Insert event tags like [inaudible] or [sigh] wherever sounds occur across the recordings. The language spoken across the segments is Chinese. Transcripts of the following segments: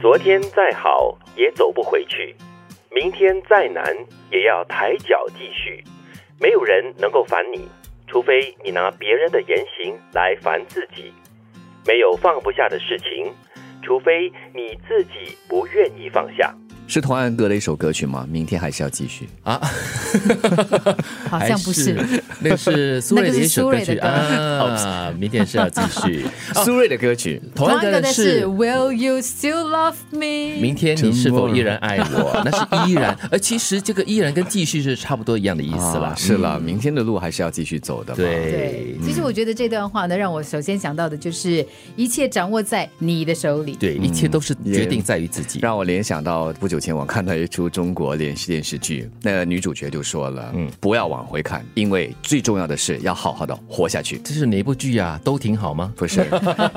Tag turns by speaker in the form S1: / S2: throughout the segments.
S1: 昨天再好也走不回去，明天再难也要抬脚继续。没有人能够烦你，除非你拿别人的言行来烦自己。没有放不下的事情，除非你自己不愿意放下。
S2: 是童安格的一首歌曲吗？明天还是要继续。
S3: 啊，
S4: 好像不是
S3: 还，那是苏芮的一首歌曲
S4: 那个是
S3: [laughs] 啊，明天是要继 [laughs] 续。
S2: [laughs] 苏芮的歌曲，
S3: 同样的是
S4: Will you still love me？
S3: 明天你是否依然爱我？那是依然，而其实这个依然跟继续是差不多一样的意思
S2: 啊
S3: 啦。
S2: 是了，明天的路还是要继续走的嘛。
S3: 对
S4: 对，其实我觉得这段话呢，让我首先想到的就是一切掌握在你的手里。
S3: 嗯对，一切都是决
S2: 嗯也
S3: 定在于自己。
S2: 让我联想到不久前我看到一出中国电视电视剧，那个女主角就说了，嗯，不要往回看，因为最重要的是要好好的活下去。
S3: 这是哪一部剧啊？都挺好吗？
S2: 不是，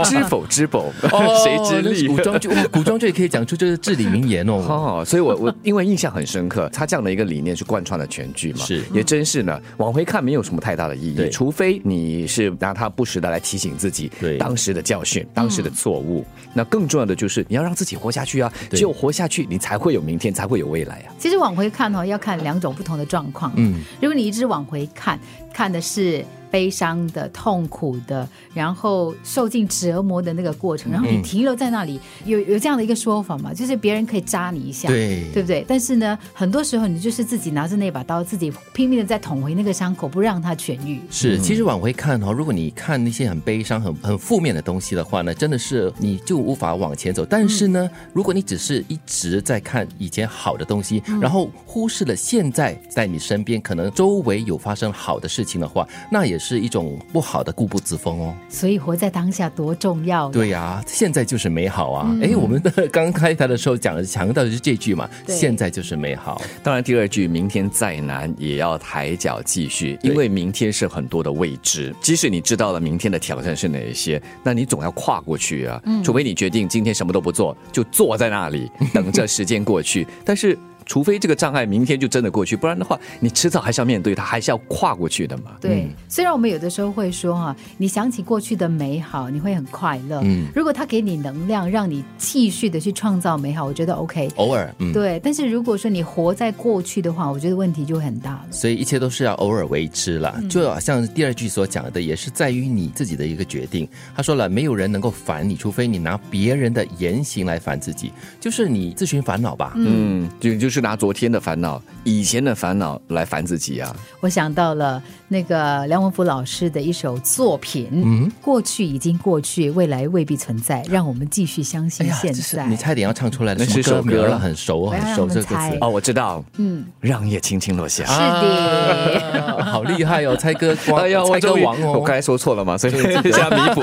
S2: 知否知否， [laughs] 谁知
S3: 那是
S2: 力
S3: [laughs] 古。装剧，哇古装剧也可以讲出这个至理名言哦。
S2: 哦，所以我 [laughs] 我因为印象很深刻，他这样的一个理念是贯穿了全剧嘛，
S3: 是
S2: 也真是呢，往回看没有什么太大的意义
S3: 对，
S2: 除非你是拿它不时的来提醒自己
S3: 对
S2: 当时的教训、当时的错误。那更重要的就是你要让自己活下去啊，
S3: 对
S2: 只有活下去，你才会有明天，才会有未来啊。
S4: 其实往回看哦，要看两种不同的状况。
S3: 嗯，
S4: 如果你一直往回看，看的是悲伤的、痛苦的，然后受尽折磨的那个
S3: 嗯
S4: 过程，然后你停留在那里，有有这样的一个说法嘛，就是别人可以扎你一下，
S3: 对
S4: 对不对？但是呢，很多时候你就是自己拿着那把刀，自己拼命的在捅回那个伤口，不让它痊愈。
S3: 是，其实往回看哦，如果你看那些很悲伤、很很负面的东西的话呢，真的是你就无法往前走。但是呢，如果你只是一直在看以前好的东西，然后忽视了现在在你身边可能周围有发生好的事情的话，那也是一种不好的固步自封哦。
S4: 所以活在当下多重要。
S3: 对呀、现在就是美好啊！哎、我们的刚开台的时候讲的强调的是这句嘛，
S4: 对
S3: 现在就是美好。
S2: 当然，第二句“明天再难也要抬脚继续”，因为明天是很多的未知。即使你知道了明天的挑战是哪一些，那你总要跨过去啊。除非你决定今天什么都不做，就坐在那 [laughs] 里等着时间过去。但是，除非这个障碍明天就真的过去，不然的话，你迟早还是要面对它，还是要跨过去的嘛。
S4: 对，
S3: 嗯
S4: 虽然我们有的时候会说哈、你想起过去的美好，你会很快乐。
S3: 嗯
S4: 如果它给你能量，让你继续的去创造美好，我觉得 OK。
S3: 偶尔，嗯，
S4: 对，但是如果说你活在过去的话，我觉得问题就会很大了。
S3: 所以一切都是要偶尔为之了，
S4: 嗯
S3: 就好像第二句所讲的，也是在于你自己的一个决定。他说了，没有人能够烦你，除非你拿别人的言行来烦自己，就是你自寻烦恼吧。
S2: 嗯，就就是拿昨天的烦恼、以前的烦恼来烦自己啊。
S4: 我想到了那个梁文福老师的一首作品，嗯，过去已经过去，未来未必存在，让我们继续相信现
S3: 哎这是
S4: 在。
S3: 你差点要唱出来的
S2: 那是
S3: 什么
S2: 首歌
S3: 名了，很熟哦，
S4: 我要
S3: 很熟
S4: 让他们
S3: 这个词
S4: 猜。
S2: 哦，我知道，
S4: 嗯，
S2: 让叶轻轻落下。
S4: 是的。
S3: 啊 [laughs] 好厉害哦，
S2: [laughs]
S3: 猜歌王，
S2: 哎呀，我
S3: 猜歌
S2: 终于
S3: 王哦，
S2: 我刚才说错了嘛， [laughs] 所以加弥补。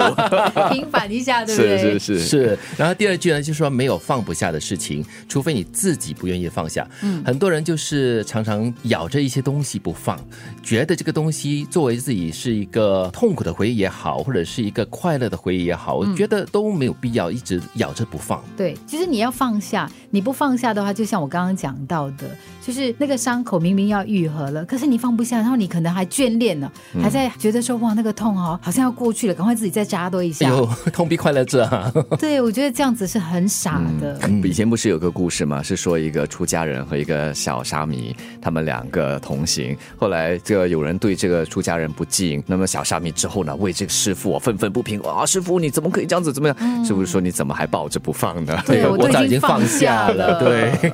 S4: 平反一下，对不对？
S2: 是是是，
S3: 是，然后第二句呢，就是说没有放不下的事情，除非你自己不愿意放下。嗯，很多人就是常常咬着一些东西不放，觉得这个东西作为自己是一个痛苦的回忆也好，或者是一个快乐的回忆也好，我觉得都没有必要一直咬着不放。
S4: 对，其实你要放下，你不放下的话，就像我刚刚讲到的，就是那个伤口明明要愈合了，可是你放不下，然后你可能还眷恋呢，还在觉得说哇那个痛哦，好像要过去了，赶快自己再扎多一
S3: [laughs] 哎
S4: 下。
S3: 呦，痛并快乐着啊！
S4: 对，我觉得这样子是很傻的。
S2: 以前不是有个故事吗？是说一个出家人和一个小沙弥，他们两个同行。后来这个有人对这个出家人不敬，那么小沙弥之后呢，为这个师傅愤愤不平啊，师傅你怎么可以这样子？怎么样？师傅说你怎么还抱着不放呢？[laughs]
S4: 嗯对我都
S3: 我早
S4: 已
S3: 已经
S4: 经放
S3: 放
S4: 下
S3: 下了，
S4: 了
S3: 对，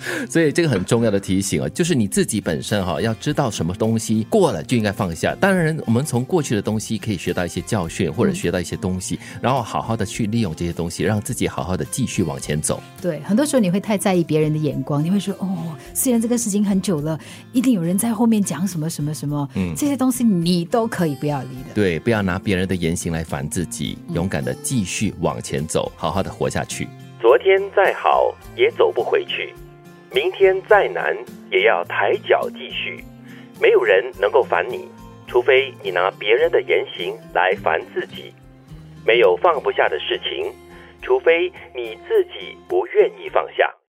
S3: [laughs] 所以这个很重要的提醒啊，就是你自己本身哈、要知道什么东西过了就应该放下。当然，我们从过去的东西可以学到一些教训，
S4: 嗯
S3: 或者学到一些东西，然后好好的去利用这些东西，让自己好好的继续往前走。
S4: 对，很多时候你会太在意别人的眼光，你会说哦，虽然这个事情很久了，一定有人在后面讲什么什么什么，这些东西你都可以不要理的。
S3: 对，不要拿别人的言行来烦自己，
S4: 嗯
S3: 勇敢的继续往前走，好好的活下去。
S1: 昨天再好也走不回去，明天再难也要抬脚继续。没有人能够烦你，除非你拿别人的言行来烦自己。没有放不下的事情，除非你自己不愿意放下。